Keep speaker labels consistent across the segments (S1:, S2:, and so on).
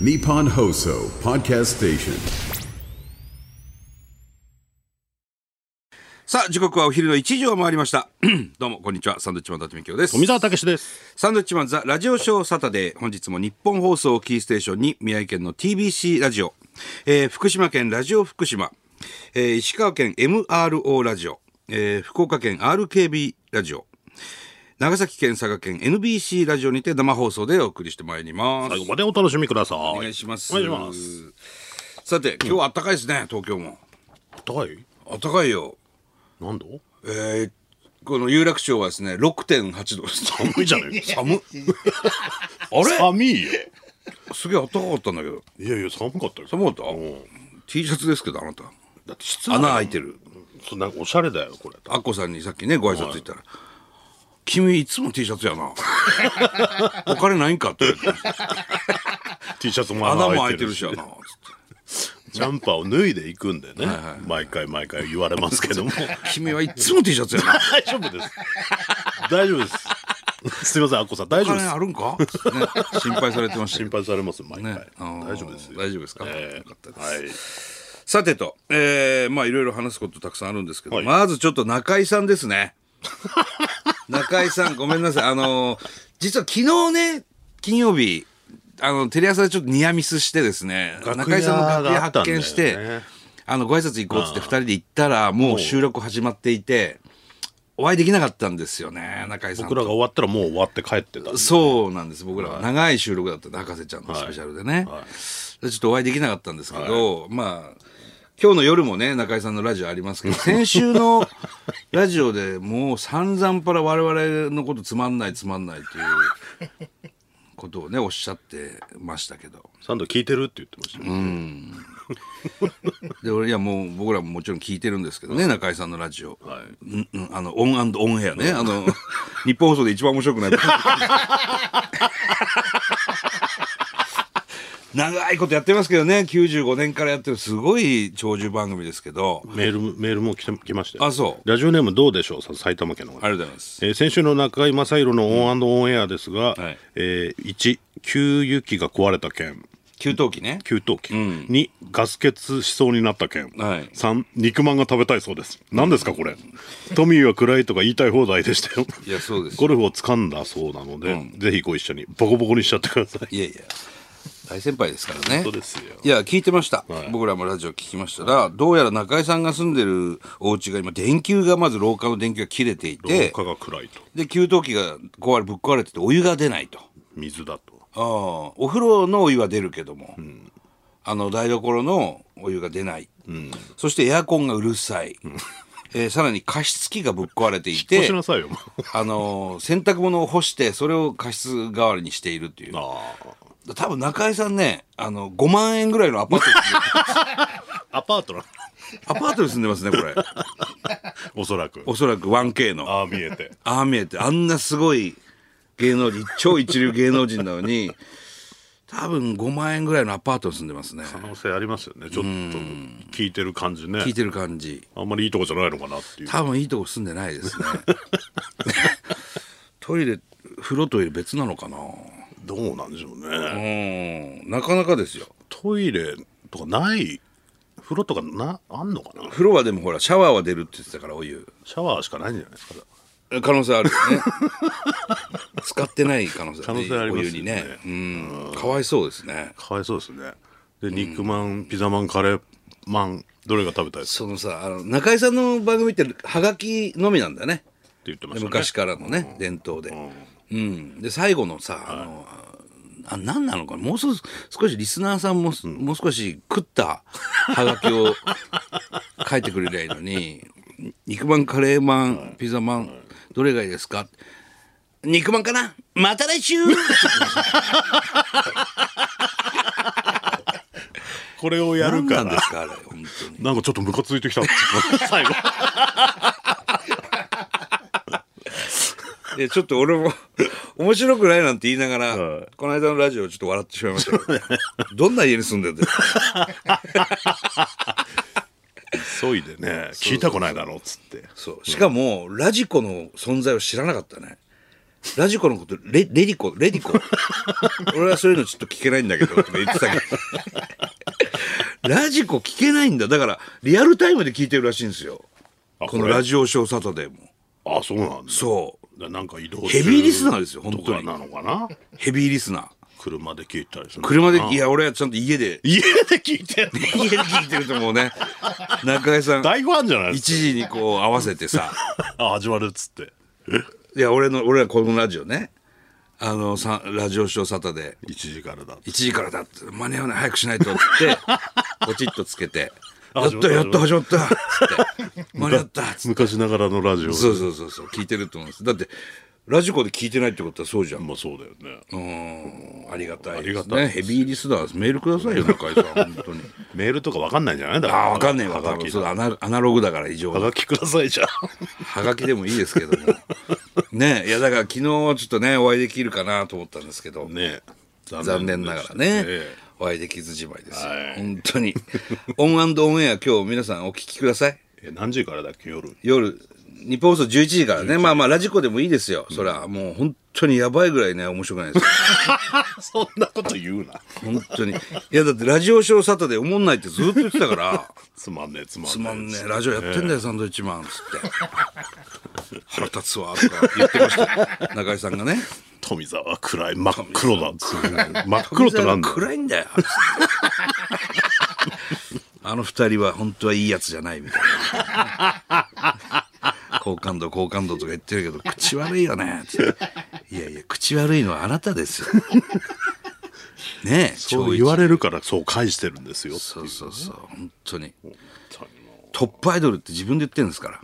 S1: Nippon Hoso Podcast Station.
S2: さあ、時刻はお昼の1時を回りました。 どうも、こんにちは。サンドウィッチマン伊達美京です。
S3: 富澤たけしです。
S2: サンドウィッチマンザラジオショーサタデー。本日も日本放送をキーステーションに、宮城県の TBC ラジオ、えー福島県ラジオ福島、えー石川県 MRO ラジオ、えー福岡県 RKB ラジオ、長崎県佐賀県 NBC ラジオにて生放送でお送りしてまいります。
S3: 最後までお楽しみください。
S2: お願いします。
S3: お願いします。
S2: さて、今日は暖かいですね、東京も。
S3: 高い？
S2: 暖かいよ。
S3: 何度？
S2: えーこの有楽町はですね、6.8度です。
S3: 寒いじゃな い。
S2: 寒っあ
S3: 寒いよ。
S2: れすげえ暖かかったんだけど。
S3: いやいや寒かったよ。
S2: 寒かった
S3: うん。
S2: T シャツですけど、あなた。
S3: だって室内
S2: 穴開いてる。
S3: そんなおしゃれだよこれ。
S2: アッコさんにさっきね、ご挨拶行ったら。君いつも T シャツや な。お金ないんかって言われて。
S3: T シャツも
S2: 穴も開いてるしやな。つっ
S3: ジャンパーを脱いでいくんでね。毎回毎回言われますけ ども。
S2: て君はいつも T シャ ツやな。
S3: 大丈夫です。大丈夫です。すみません、アッコさん、大
S2: お
S3: 丈夫で
S2: 金
S3: す
S2: あ。るんか、つってね心配されてましたけ
S3: 心
S2: ど。
S3: 配されます、毎回。
S2: ねあー
S3: 大丈夫ですよ。
S2: 大丈夫ですか
S3: え
S2: よかった
S3: え
S2: で
S3: はい。
S2: さてと、えー、まあいろいろ話すことたくさんあるんですけど、
S3: はい
S2: まずちょっと中井さんです ね。中井さん、ごめんなさい。あのー実は昨日ね、金曜日、あの、テレ朝でちょっとニアミスしてですね、
S3: 楽
S2: 中
S3: 屋
S2: 井さんの楽屋発見し
S3: があったんだ
S2: て
S3: よね、
S2: あの、ご挨拶行こうっつって二人で行ったら、もう収録始まっていて、お会いできなかったんですよね、中井さんと。
S3: 僕らが終わったらもう終わって帰ってた。
S2: そうなんです僕らは長い収録だったんで博士ちゃんのスペシャルでね、
S3: は
S2: でちょっとお会いできなかったんですけど、まあ今日の夜もね中居さんのラジオあります けど先週のラジオでもう散々パラ我々のことつまんないつまんないっていうことをねおっしゃってましたけど
S3: サンド聞いてるって言ってましたよ。
S2: で俺いやもう僕らももちろん聞いてるんですけどね、中居さんのラジオ、
S3: はい
S2: うんうんあのオンオンエアね、あの 日本放送で一番面白くない 長いことやってますけどね95年からやってるすごい長寿番組ですけど
S3: メールも、メールも来て、来ましたよ。
S2: あそう
S3: ラジオネームどうでしょうさ埼玉県の方。
S2: ありがとうございます
S3: えー先週の中居正広のオンオンエアですが、
S2: はい
S3: え1給油機が壊れた件
S2: 給湯器ね
S3: 給湯器、2ガス欠しそうになった件、
S2: はい
S3: 3肉まんが食べたいそうです何ですかこれトミーは暗いとか言いたい放題でしたよ
S2: いやそうですよ
S3: ゴルフを掴んだそうなので、ぜひご一緒にボコボコにしちゃってください
S2: いやいや大先輩ですからね
S3: そうですよ
S2: いや聞いてました、
S3: はい
S2: 僕らもラジオ聞きましたら、どうやら中居さんが住んでるお家が今電球がまず廊下の電球が切れていて
S3: 廊下が暗いと
S2: で給湯器が壊れぶっ壊れててお湯が出ないと
S3: 水だと
S2: ああお風呂のお湯は出るけども、あの台所のお湯が出ない、そしてエアコンがうるさい、えーさらに加湿器がぶっ壊れてい
S3: こうして なさいよもう
S2: あのー洗濯物を干してそれを加湿代わりにしているっていう
S3: あ
S2: 多分中井さんねあの5万円ぐらいのアパートに住んで
S3: ーアパートなの
S2: アパートに住んでますねこれ
S3: おそらく
S2: おそらく 1K の
S3: ああ見えて
S2: ああ見えてあんなすごい芸能人超一流芸能人なのに多分5万円ぐらいのアパートに住んでますね
S3: 可能性ありますよねちょっと聞いてる感じね
S2: 聞いてる感じ
S3: あんまりいいとこじゃないのかなっていう
S2: 多分いいとこ住んでない ですねトイレ風呂トイレ別なのかな
S3: どうなんでしょうね、
S2: うんなかなかですよ
S3: トイレとかない風呂とかなあんのかな
S2: 風呂はでもほらシャワーは出るって言ってたからお湯
S3: シャワーしかないんじゃないですか
S2: 可能性あるよ ね使ってない可能性
S3: 可能性ありますよね
S2: お湯にねうんかわいそうですね
S3: かわいそうですねで肉まん、ピザまんカレーまんどれが食べたいですか
S2: そのさあの中井さんの番組ってはがきのみなんだよね
S3: って言ってま
S2: で
S3: したね
S2: 昔からのね、伝統で、うんで最後のさあの、あ何なのかなもう少し少しリスナーさんも、もう少し食ったはがきを書いてくれりゃいいのに肉まんカレーまん、ピザまん、どれがいいですか肉まんかなまた来週
S3: これをやる
S2: 何な
S3: から
S2: ん
S3: な
S2: で
S3: ん
S2: すかあれ本当に
S3: かちょっとムカついてきた 最後
S2: いやちょっと俺も面白くないなんて言いながら、
S3: はい
S2: この間のラジオちょっと笑ってしまいましたけどどんな家に住んでんだよ
S3: 急いでね聞いたくないだろうっつって
S2: そうしかも、ラジコの存在を知らなかったねラジコのことレレディコレ ディコ俺はそういうのちょっと聞けないんだけどとか言ってたけどラジコ聞けないんだだからリアルタイムで聞いてるらしいんですよ
S3: あ
S2: この
S3: これ
S2: ラジオショーサタデーも
S3: あそうなんだ
S2: そ
S3: だなんか移動
S2: ヘビーリスナーですよ本当に
S3: とかなのかな
S2: うヘビーリスナー
S3: 車で聞いたりするのかな
S2: 車でいや俺はちゃんと家で
S3: 家で聞 いてんの
S2: 家で聞いてると思うね中井さん
S3: 大ファンじゃない
S2: 1
S3: です
S2: 時にこう合わせてさ
S3: かあ始まるっつって
S2: いや俺の俺らこのラジオねあのさラジオショーサタデー
S3: 1時から だって
S2: 1時からだって間に合わない早くしないとって言 ってポチッとつけて「
S3: あ
S2: やったや
S3: 始ま
S2: っ
S3: っ
S2: 始
S3: たた
S2: まった」っつって「間に合った」っつって
S3: 昔ながらのラジオ
S2: そうそうそうそう聞いてると思うんですだってラジコで聞いてないってことはそうじゃん
S3: まあそうだよね
S2: うんありがたい
S3: あり
S2: で
S3: が
S2: す
S3: たい
S2: ね
S3: です
S2: ヘビーリスナーですメールくださいよ中井さん本当に
S3: メールとかわかんないんじゃないだ
S2: ああ分かんねえわ
S3: は
S2: 多
S3: が
S2: 分
S3: き
S2: そうアナアナログだから異常
S3: はがきくださいじゃん
S2: はがきでもいいですけどもねえいやだから昨日ちょっとねお会いできるかなと思ったんですけど、
S3: ねえ
S2: 残念ながら
S3: で
S2: ね
S3: した
S2: お会いできずじまいですよ、
S3: はい
S2: 本当にオンオンエア今日皆さんお聞きください
S3: え何時からだっけ夜
S2: 夜日本放送11時からねまあまあラジコでもいいですよ、そりゃもう本当にやばいぐらいね面白くないですよ
S3: そんなこと言うな
S2: 本当にいやだってラジオショーサタでおもんないってずっと言ってたから
S3: つまんねえつまんねえ
S2: つまんねえラジオやってんだよサンドウィッチマンっつって腹立つわとか言ってました中井さんがね
S3: 富澤は暗い真っ黒だっつって 真っ黒ってなんだ
S2: 暗いん だよ。あの二人は本当はいいやつじゃないみたいな。好感度好感度とか言ってるけど口悪いよねつっていやいや口悪いのはあなたですよねえ
S3: そう言われるからそう返してるんですよ
S2: そうそうそう本当に
S3: 本当にもう
S2: トップアイドルって自分で言ってるんですから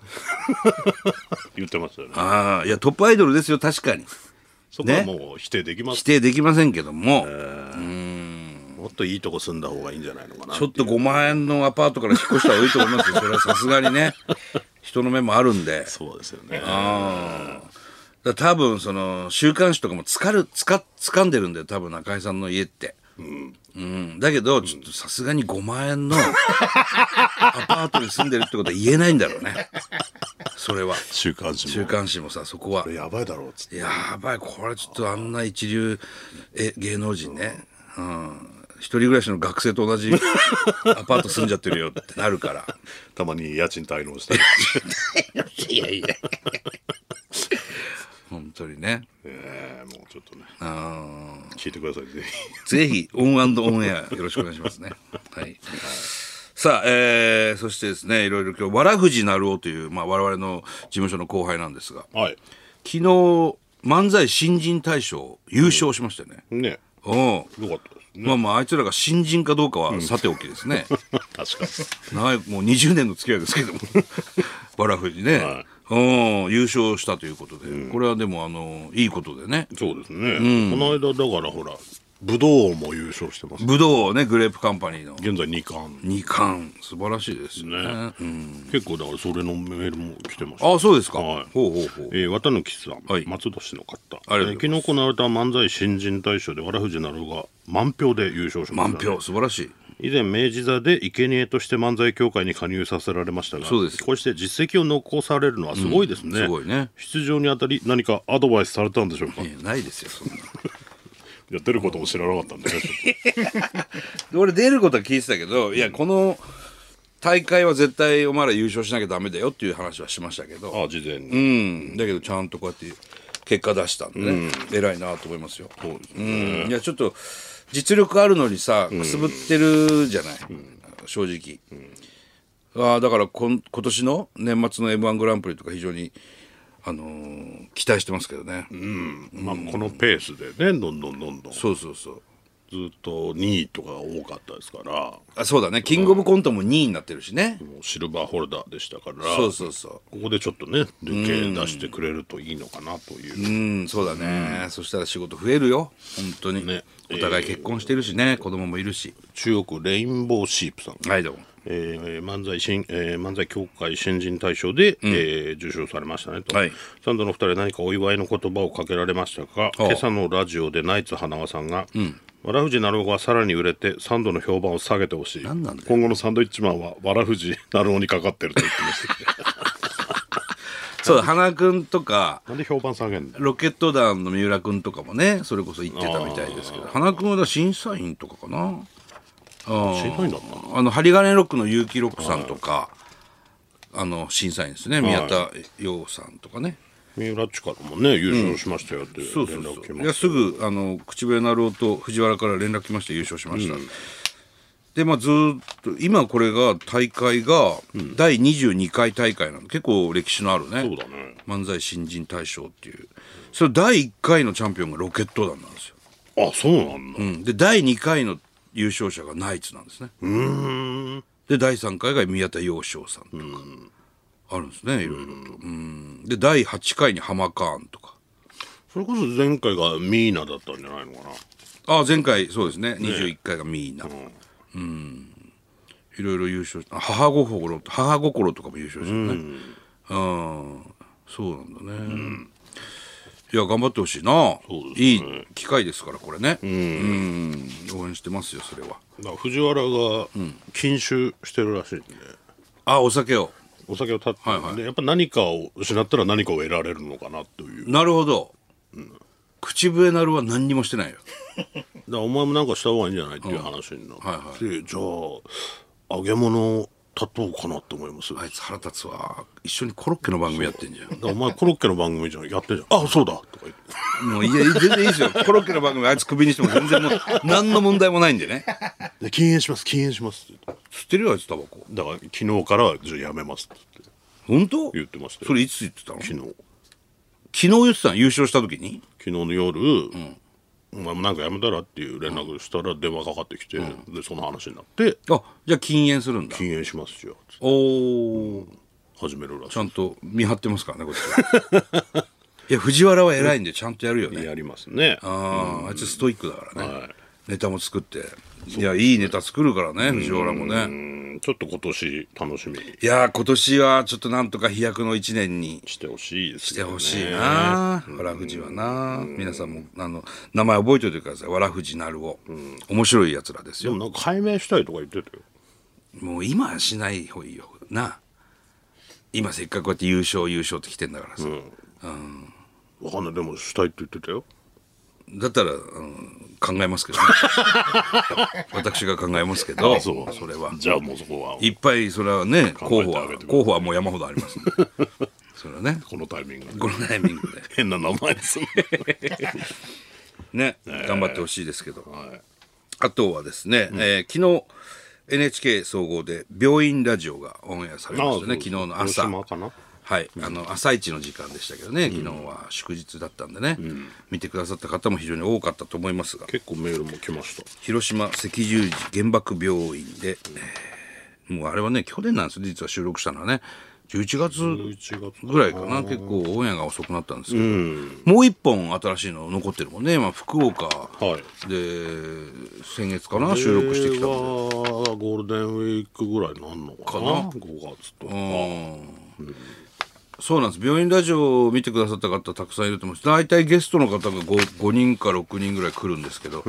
S3: 言ってましたよね
S2: ああいやトップアイドルですよ確かに
S3: そこはもう否定できま
S2: 否
S3: す
S2: 定できませんけども、
S3: もっといいとこ住んだ方がいいんじゃないのかな
S2: ちょっと5万円のアパートから引っ越した方がいいと思いますよそれはさすがにね人の目もあるんで
S3: そうですよね
S2: だから多分その週刊誌とかもつかるつか掴んでるんだよ多分中居さんの家って。うん、だけどちょっとさすがに5万円のアパートに住んでるってことは言えないんだろうねそれは
S3: 週刊誌
S2: 週
S3: も
S2: 刊誌もさそこは
S3: これやばいだろうっつって
S2: やばいこれちょっとあんな一流え芸能人ね、うん、一人暮らしの学生と同じアパート住んじゃってるよってなるから
S3: たまに家賃滞納 したり
S2: いやいや本当にね
S3: ええもうちょっとね聞いてくださいぜひ
S2: ぜひ、オンオンエア、よろしくお願いします ね。はい。さあ、えー、そしてですね、いろいろ今日、わらふじなるおという、まあ、我々の事務所の後輩なんですが、
S3: はい
S2: 昨日、漫才新人大賞、優勝しましたよね。
S3: ね
S2: うん。
S3: よかったですね
S2: まあまあ、あいつらが新人かどうかはさておきです ね。
S3: 確かに
S2: 長い、もう20年の付き合いです けども、わらふじね、
S3: はい
S2: うん、優勝したということで、これはでも、あの、いいことでね。
S3: そうですね、この間だからほら武道王も優勝してます
S2: ブドウをね、グレープカンパニーの
S3: 現在2冠
S2: 2冠、素晴らしいですよね。
S3: ね結構だからそれのメールも来てました
S2: あそうですか。
S3: はい
S2: ほうほうほう。
S3: えー、綿貫さん、
S2: はい
S3: 松戸市の方
S2: ありがとうございます
S3: えー昨日行われた漫才新人大賞でわらふじなるが満票で優勝しまし
S2: 満
S3: た、ね、
S2: 票、素晴らしい。
S3: 以前明治座で生贄として漫才協会に加入させられましたが
S2: そうです
S3: こうして実績を残されるのはすごいですね、
S2: すごいね
S3: 出場にあたり何かアドバイスされたんでしょうかい
S2: いやないですよ、そんな。
S3: や出ることも知らなかったん でねちょ っ
S2: 俺、出ることは聞いてたけど、いや、この大会は絶対お前ら優勝しなきゃダメだよっていう話はしましたけ
S3: と
S2: ど、
S3: ああ事前に、
S2: うん。だけど、ちゃんとこうやって結果出したんでね、偉いなと思いますよ。
S3: そうです
S2: う
S3: ね
S2: ん。いや、ちょっと、実力あるのにさ、くすぶってるじゃない、正直。ああだからこん今年の年末の m 1グランプリとか非常に、あのー期待してますけどね、
S3: まあ、このペースでねどんどんどんどんず
S2: そうそうそう
S3: っと2位とかが多かったですから
S2: あそうだねキングオブコントも2位になってるしね、
S3: もうシルバーホルダーでしたから
S2: そうそうそ
S3: ここでちょっとね抜け出してくれるといいのかなという
S2: ううんそうだね、そしたら仕事増えるよ本当に、
S3: ね
S2: お互い結婚してるしね、子供もいるし
S3: 中国レインボーシープさん、
S2: はいどうも
S3: えーえー漫才新、えー漫才協会新人大賞で、えー受賞されましたねと、
S2: はい
S3: サンドのお二人何かお祝いの言葉をかけられました
S2: あ
S3: か
S2: あ
S3: 今朝のラジオでナイツ花輪さんが、わらふじなるおがさらに売れてサンドの評判を下げてほしい
S2: 何なんだよ
S3: 今後のサンドイッチマンはわらふじなるおにかかってると言ってました
S2: そう花君とか
S3: なんで評判下げんの
S2: ロケット団の三浦君とかもねそれこそ行ってたみたいですけど花君はだ審査員とかかな
S3: 審査員だったの
S2: あの針金ロックの結城ロックさんとか、あの審査員ですね宮田洋さんとかね、
S3: 三浦っちからもね優勝しましたよって連
S2: そうそう
S3: 絡来
S2: そう
S3: ま
S2: いや
S3: し
S2: すぐあの口笛なるおと藤原から連絡来まして優勝しました、でまあずーっと今これが大会が第22回大会なの結構歴史のあるね
S3: そうだね
S2: 漫才新人大賞っていうそれ第1回のチャンピオンがロケット団なんですよ、
S3: たあそうなんだ
S2: うん、で第2回の優勝者がナイツなんですねで第3回が宮田洋翔さんとかあるんですねいろいろとうんで第8回にハマカーンとか
S3: それこそ前回がミーナだったんじゃないのかな
S2: あ前回そうですね21回がミーナ、うんいろいろ優勝しあ母心と母心とかも優勝したねうんそうなんだね、いや頑張ってほしいな、
S3: そうですね
S2: いい機会ですからこれねうん応援してますよそれは
S3: だから藤原が禁酒してるらしいんで、
S2: あお酒を
S3: お酒を断ってるんで、
S2: はいは
S3: やっぱ何かを失ったら何かを得られるのかなというだか
S2: なるほど、口笛なるは何にもしてないよ
S3: らお前もなんかした方がいいんじゃないっていう話になって、
S2: はいは
S3: でじゃあ揚げ物を断とうかなって思います、
S2: あいつ腹立つわ一緒にコロッケの番組やってんじゃん
S3: だからお前コロッケの番組じゃんやってんじゃんあそうだとか言って
S2: もういや全然いいですよコロッケの番組あいつクビにしても全然もう何の問題もないんでね
S3: で禁煙します禁煙しますって言って
S2: 吸ってるよあいつタバコ
S3: だから昨日からじゃあやめますって言って
S2: 本当
S3: 言ってましたよ
S2: それいつ言ってたの昨
S3: 昨
S2: 日
S3: 日
S2: 言ってたの優勝した時に
S3: 昨日の夜、お前もなんかやめたらっていう連絡したら電話かかってきて、でその話になって
S2: あじゃあ禁煙するんだ
S3: 禁煙しますよつって
S2: おお
S3: 始めるらし
S2: ちゃんと見張ってますからねこっちは いや藤原は偉いんでちゃんとやるよ
S3: い
S2: ね
S3: やりますね
S2: あああいつストイックだからね、
S3: はい
S2: ネタも作っていやいいネタ作るからね藤原も
S3: う
S2: ね
S3: んちょっと今年楽しみに
S2: いやー今年はちょっとなんとか飛躍の1年に
S3: してほしいです
S2: して
S3: よね
S2: ほしいな、わらふじはな、皆さんもあの名前覚えておいてくださいわらふじなるお、面白いやつらです
S3: で
S2: よ
S3: もなんか解明したいとか言ってたよ
S2: もう今はしない方がいいよな今せっかくこうやって優勝優勝って来てんだからさ、
S3: わかんないでもしたいって言ってたよ
S2: だったら、うん、考えますけど、ね、 私が考えますけどそれは
S3: じゃあもうそこはい
S2: っぱいそれはね
S3: 考
S2: 候
S3: え
S2: 補
S3: て
S2: は
S3: あげてください
S2: 候補はもう山ほどありますんでそれはね
S3: このタイミングで
S2: このタイミングで
S3: 変な名前ですね
S2: ね、頑張ってほしいですけど、あとはですね、えー昨日 NHK 総合で病院ラジオがオンエアされましたね昨日の朝
S3: 広島かな
S2: はい、あの朝一の時間でしたけどね、昨日は祝日だったんでね、見てくださった方も非常に多かったと思いますが
S3: 結構メールも来ました
S2: 広島赤十字原爆病院で、えーもうあれはね去年なんですよ実は収録したのはね11月
S3: 11月
S2: ぐらいかな結構オンエアが遅くなったんですけど、もう一本新しいの残ってるもんね、まあ、福岡
S3: はい
S2: で先月かな収録してきたの
S3: これはゴールデンウィークぐらいになんのかな5月と
S2: そうなんです病院ラジオを見てくださった方たくさんいると思います大体ゲストの方が 5, 5人か6人ぐらい来るんですけど、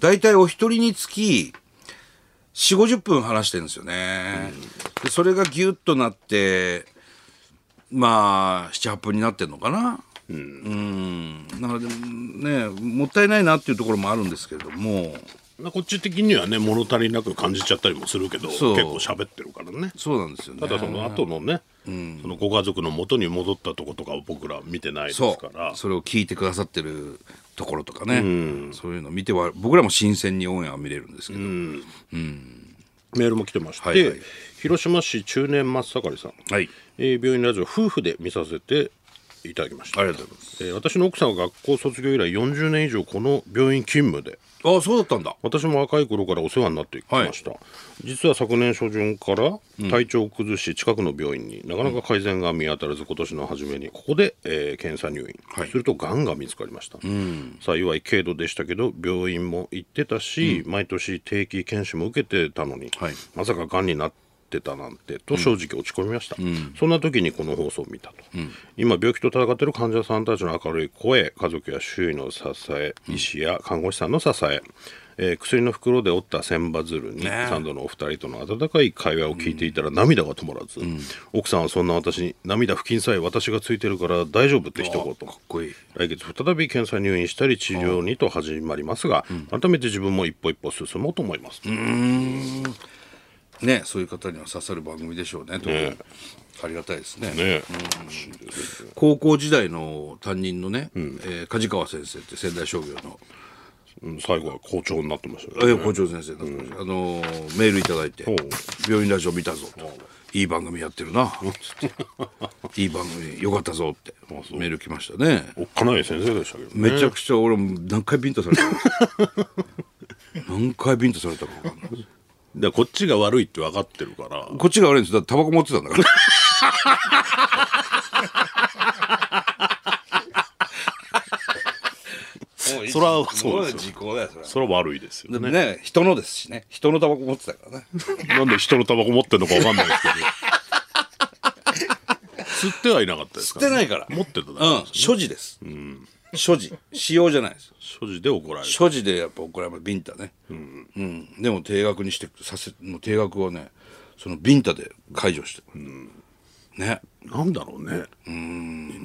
S2: 大体お一人につき4 5 0分話してるんですよね、でそれがギュッとなってまあ78分になってるのかなうんなのでねもったいないなっていうところもあるんですけれども
S3: まあこっち的にはね物足りなく感じちゃったりもするけど結
S2: そう
S3: 構喋ってるからね
S2: そうなんですよね
S3: ただその後のね、そのご家族の元に戻ったとことかを僕ら見てないです
S2: そ
S3: から
S2: うそれを聞いてくださってるところとかね、そういうのを見ては僕らも新鮮にオンエアを見れるんですけど、
S3: メールも来てまして、
S2: はいはい
S3: 広島市中年真っ盛りさん、
S2: はい
S3: えー病院ラジオ夫婦で見させていただきました
S2: ありがとうございます
S3: えー私の奥さんは学校卒業以来40年以上この病院勤務で
S2: ああそうだったんだ
S3: 私も若い頃からお世話になってきました、実は昨年初旬から体調を崩し近くの病院になかなか改善が見当たらず今年の初めにここで、えー検査入院、
S2: はい
S3: するとがんが見つかりました、幸い軽度でしたけど病院も行ってたし、毎年定期検診も受けてたのに、
S2: はい
S3: まさかがんになってたなんてと正直落ち込みました、そんな時にこの放送を見たと、今病気と闘っている患者さんたちの明るい声家族や周囲の支え医師や看護師さんの支ええー薬の袋で折った千羽鶴に、
S2: ね
S3: サンドのお二人との温かい会話を聞いていたら涙が止まらず、奥さんはそんな私に涙付近さえ私がついてるから大丈夫って一言
S2: かっこいい
S3: 来月再び検査入院したり治療にと始まりますが、改めて自分も一歩一歩進もうと思います、
S2: ねそういう方には刺さる番組でしょうねと
S3: ね
S2: ありがたいですね
S3: ね
S2: 高校時代の担任のね、えー梶川先生って仙台商業の、
S3: うん最後は校長になってました
S2: え
S3: ね
S2: ー校長先生だったんです、あのーメールいただいて
S3: ほう
S2: 「病院ラジオ見たぞ」と「いい番組やってるな」つ って「いい番組よかったぞ」ってメール来ましたね
S3: おっかない先生でしたけどね
S2: めちゃくちゃ俺も何回ビンタされたか何回ビンタされたか分かんない
S3: でこっちが悪いって分かってるから
S2: こっちが悪いんですだってタバコ持ってたんだから
S3: それはそうですよ
S2: 時効だよそれは
S3: それは悪いですよ
S2: でもね人のですしね人のタバコ持ってたからね
S3: なんで人のタバコ持ってんのか分かんない ですけど吸ってはいなかったです
S2: 吸
S3: か
S2: っ
S3: ら
S2: て
S3: ね、
S2: ないから
S3: 持ってただけ
S2: うん
S3: です
S2: 所持です、所持使用じゃないです
S3: 所持で怒られる
S2: 所持でやっぱ怒られますビンタね、うんでも定額にしてさせもう定額をねそのビンタで解除して、ね
S3: なんだろうね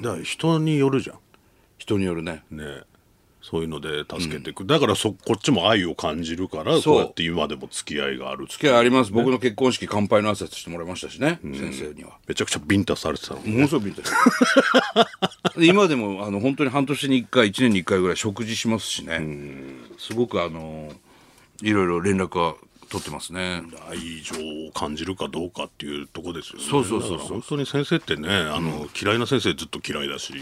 S3: だから人によるじゃん
S2: 人によるね
S3: ねそういうので助けていく、だからそこっちも愛を感じるから
S2: そう
S3: そうやって今でも付き合いがある
S2: 付き合いあります、僕の結婚式乾杯の挨拶してもらいましたしね、先生には
S3: めちゃくちゃビンタされてたの、
S2: ものすご いビンタしてで今でもあの本当に半年に1回1年に1回ぐらい食事しますしねすごくあのいろいろ連絡は取ってますね
S3: 愛情を感じるかどうかっていうとこですよね
S2: そうそうそうそう
S3: だから本当に先生ってねあの、嫌いな先生ずっと嫌いだし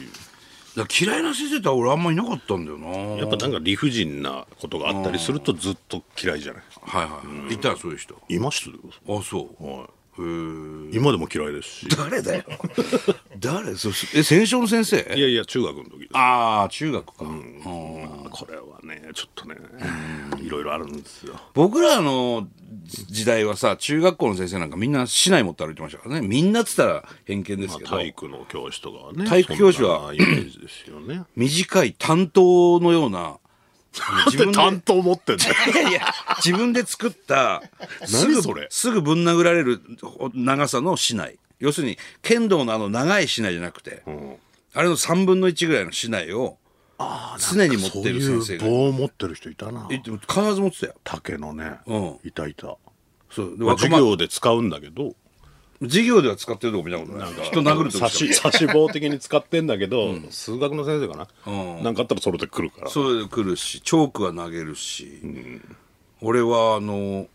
S2: だから嫌いな先生って俺あんまいなかったんだよな
S3: やっぱなんか理不尽なことがあったりするとずっと嫌いじゃない
S2: はいはいいたそういう人
S3: いましたよ
S2: あそう
S3: は
S2: へー
S3: い、今でも嫌いですし
S2: 誰だよ誰そえ戦勝の先
S3: い
S2: 生
S3: やいや中学の時です
S2: ああ中学か、
S3: まあこれはねちょっとねいろいろあるんですよ
S2: 僕らの時代はさ中学校の先生なんかみんな市内持って歩いてましたからねみんなっつったら偏見ですけど、
S3: 体育の教師とかはね
S2: 体育教師は
S3: そんなイメージですよね
S2: 短い担当のようなあの自分で
S3: 担当持ってんだよ
S2: いやいや自分で作 ったすぐ
S3: 何それ
S2: すぐぶん殴られる長さの市内要するに剣道のあの長い市内じゃなくて、あれの3分の1ぐらいの市内を常に持ってる先生が
S3: そういう棒を持ってる人いたな
S2: えでも必ず持ってたよ
S3: 竹のね、
S2: うん
S3: いたいた、
S2: そうで
S3: まあ、
S2: 若
S3: 授
S2: 者
S3: 業で使うんだけど
S2: 授業では使ってるとこ見たことない人殴ると
S3: 刺
S2: こしか
S3: し刺し棒的に使ってんだけど、数学の先生かな、なんかあったらそれで来るから
S2: それで来るしチョークは投げるし、俺はあの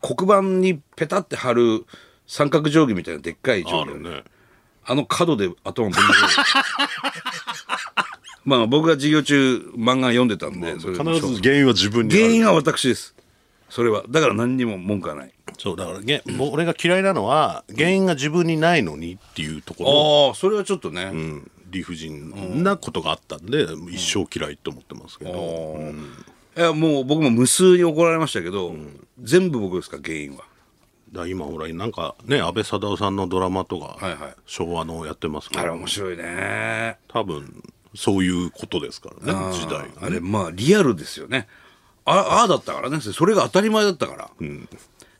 S2: 黒板にペタって貼る三角定規みたいなでっかい定規
S3: あ
S2: ある
S3: るね
S2: あの角で頭をぶん殴る まあ僕が授業中漫画読んでたんで、それ
S3: 必ず原因は自分にある
S2: 原因は私ですそれはだから何にも文句はない
S3: そうだからげもう俺が嫌いなのは原因が自分にないのにっていうところ
S2: ああそれはちょっとね、
S3: うん理不尽なことがあったんで、一生嫌いと思ってますけど、
S2: いやもう僕も無数に怒られましたけど、全部僕ですから原因は
S3: だから今ほらなんかね安倍貞夫さんのドラマとか、
S2: はいはい
S3: 昭和のやってますけ
S2: あれ
S3: ど
S2: 面白いね
S3: 多分そういうことですからね時代
S2: あれまあリアルですよねあああだったからねそれが当たり前だったから、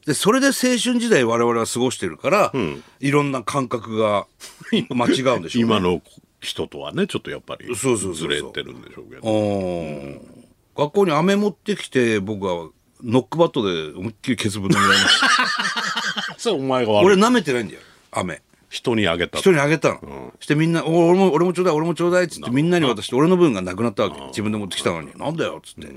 S2: でそれで青春時代我々は過ごしてるから、いろんな感覚 が間違うんでしょうね
S3: 今の人とはねちょっとやっぱり
S2: そうそうそうそう
S3: ずれてるんでしょうけど
S2: うん学校に飴持ってきて僕はノックバットで思いっきりケツぶん殴られま した
S3: それお前が悪
S2: 俺
S3: い
S2: 舐めてないんだよ飴
S3: 人にあげた
S2: 人にあげたの、してみんな「お俺も俺もちょうだい俺もちょうだい」っつってみんなに渡して俺の分がなくなったわけ自分で持ってきたのに「なんだよ」っつって、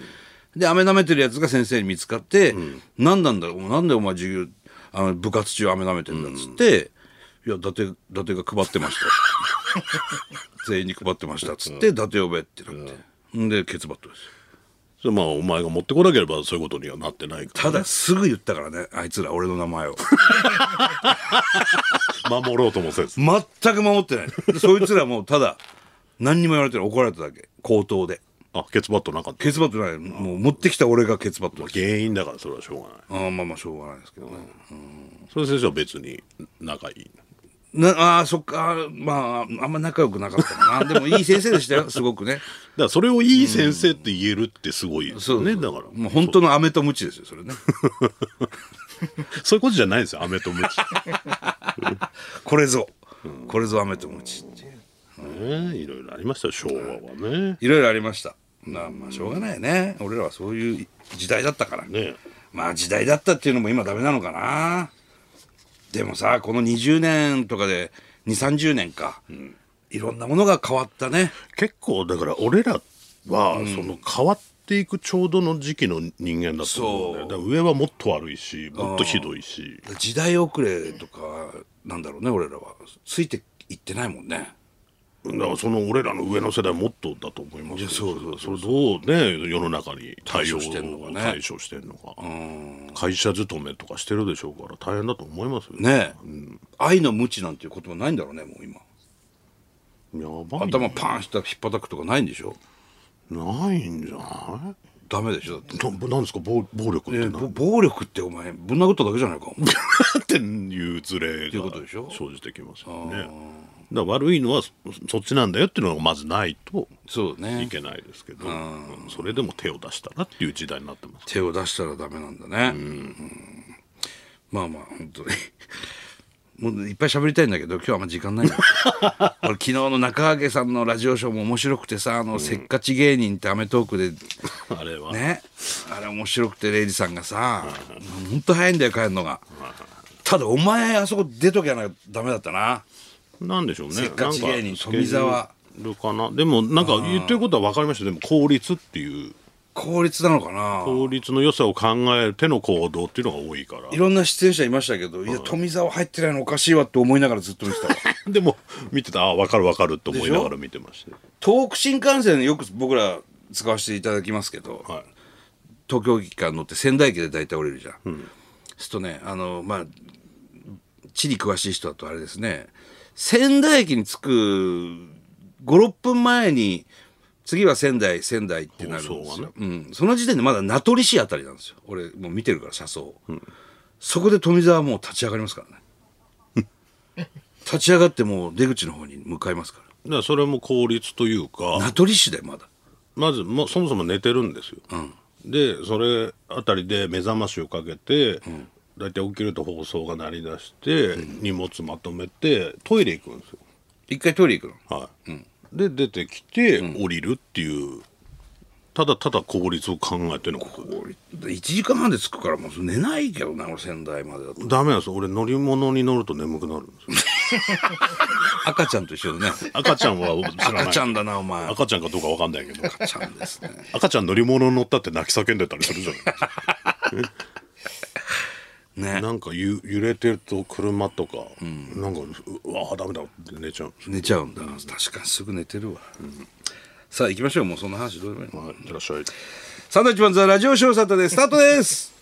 S2: で飴舐めてるやつが先生に見つかって「何なんだろうなんでお前授業あの部活中飴舐めてんだ」っつって「いや伊達伊達が配ってま した」全員に配ってました」っつって「伊達呼べ」ってなって、ん、でケツバットですよ
S3: それまあお前が持ってこなければそういうことにはなってないか
S2: ただすぐ言ったからねあいつら俺の名 前を
S3: ら守ろうともせ ず
S2: 全く守ってないでそいつらもうただ何にも言われてない怒られただけ口頭で。
S3: あケツバットなかった
S2: ケツバットないもう持ってきた俺がケツバットです
S3: 原因だからそれはしょうがない
S2: ああまあまあしょうがないですけどね
S3: それ先生は別に仲いい
S2: なあーそっかまああんま仲良くなかったかなでもいい先生でした よすごくね
S3: からそれをいい先生って言えるってすごいです
S2: そう
S3: よね、だから
S2: もう本当の飴とムチですよそれね
S3: そういうことじゃないですよアメとムチ、
S2: これぞこれぞ飴とムチっていう
S3: ね、いろいろありましたよ昭和はね
S2: いろいろありましたまあまあしょうがないよね俺らはそういう時代だったから
S3: ね
S2: まあ時代だったっていうのも今ダメなのかなでもさこの20年とかで2 3 0年か、いろんなものが変わったね
S3: 結構だから俺らは、その変わっていくちょうどの時期の人間だと思うんだよ
S2: そ
S3: だから上はもっと悪いしもっとひどいし
S2: 時代遅れとかなんだろうね俺らはついていってないもんね
S3: だからその俺らの上の世代もっとだと思いますよそれどうね世の中に対
S2: 対
S3: 応
S2: 処してんのかね
S3: 対処してんのか会社勤めとかしてるでしょうから大変だと思いますよ
S2: ねえ、愛の無知なんていう言葉ないんだろうねもう今
S3: やばいよ
S2: 頭パーンしたひっぱたくとかないんでしょ
S3: ないんじゃな
S2: ダメでしょだって
S3: いななんですか暴暴力って
S2: え
S3: な
S2: ぼ暴力ってお前ぶん殴っただけじゃないかお前
S3: っていうズレ
S2: いう
S3: が
S2: ことでしょ
S3: 生じてきますよね。だから悪いのはそそっちなんだよっていうのがまずないと
S2: そう
S3: い
S2: ね
S3: けないですけど、うんそれでも手を出したらっていう時代になってます。
S2: 手を出したらダメなんだねうんまあまあ本当にもういっぱい喋りたいんだけど今日はあんま時間ないんだ俺昨日の中揚さんのラジオショーも面白くてさあの、せっかち芸人って『アメトーク』で
S3: あれは、
S2: ねあれ面白くてレイジさんがさほんと早いんだよ帰るのがただお前あそこ出ときゃなダメだったな
S3: なんでしょうね。
S2: せっかち芸人
S3: なんか
S2: 富澤
S3: スケジュールかな。でもなんか言ってることは分かりました。でも効率っていう
S2: 効率なのかな
S3: 効率の良さを考える手の行動っていうのが多いから
S2: い。ろんな出演者いましたけど、いや、富澤入ってないのおかしいわって思いながらずっと見 てたわ。
S3: でも見てたああ分かる分かると思いながら見てましたよ。
S2: 東北新幹線よく僕ら使わせていただきますけど、
S3: はい。
S2: 東京駅から乗って仙台駅で大体降りるじゃん。するとね、あの、まあ、地理詳しい人だとあれですね、仙台駅に着く5、6分前に、次は仙台、仙台ってなるんで
S3: 放
S2: す
S3: 送
S2: よ
S3: が。
S2: うん。その時点でまだ名取市あたりなんですよ。俺、もう見てるから、車窓。そこで富澤はもう立ち上がります からね。立ち上がってもう出口の方に向かいますか
S3: だからそれも効率というか。
S2: ら。名取市でまだ。
S3: まずもうそもそも寝てるんですよ、でそれあたりで目覚ましをかけて、大体起きると放送が鳴り出して、荷物まとめてトイレ行くんですよ
S2: 一回トイレ行くの。
S3: はい、で出てきて、降りるっていうただただ効率を考えてのことで
S2: 1時間半で着くからもう寝ないけどな、俺仙台までだと。
S3: ダメなんですよ俺乗り物に乗ると眠くなるん ですよ
S2: 赤ちゃんと一緒でね。
S3: 赤ちゃんは知らない
S2: 赤ちゃんだな、お前。
S3: 赤ちゃんかどうか分かんないけど
S2: 赤ちゃんですね。
S3: 赤ちゃん乗り物に乗ったって泣き叫んでたりするじゃないですか
S2: ね。
S3: なんかゆ揺れてると車とか、なんかううわあダメだって寝ちゃうんですよ
S2: 寝ちゃうんだ。確かにすぐ寝てるわ。さあ行きましょう。もうそんな話どうでもいい。
S3: はい、いってらっしゃい。
S2: サンドウィッチマンザラジオショーサタでスタートです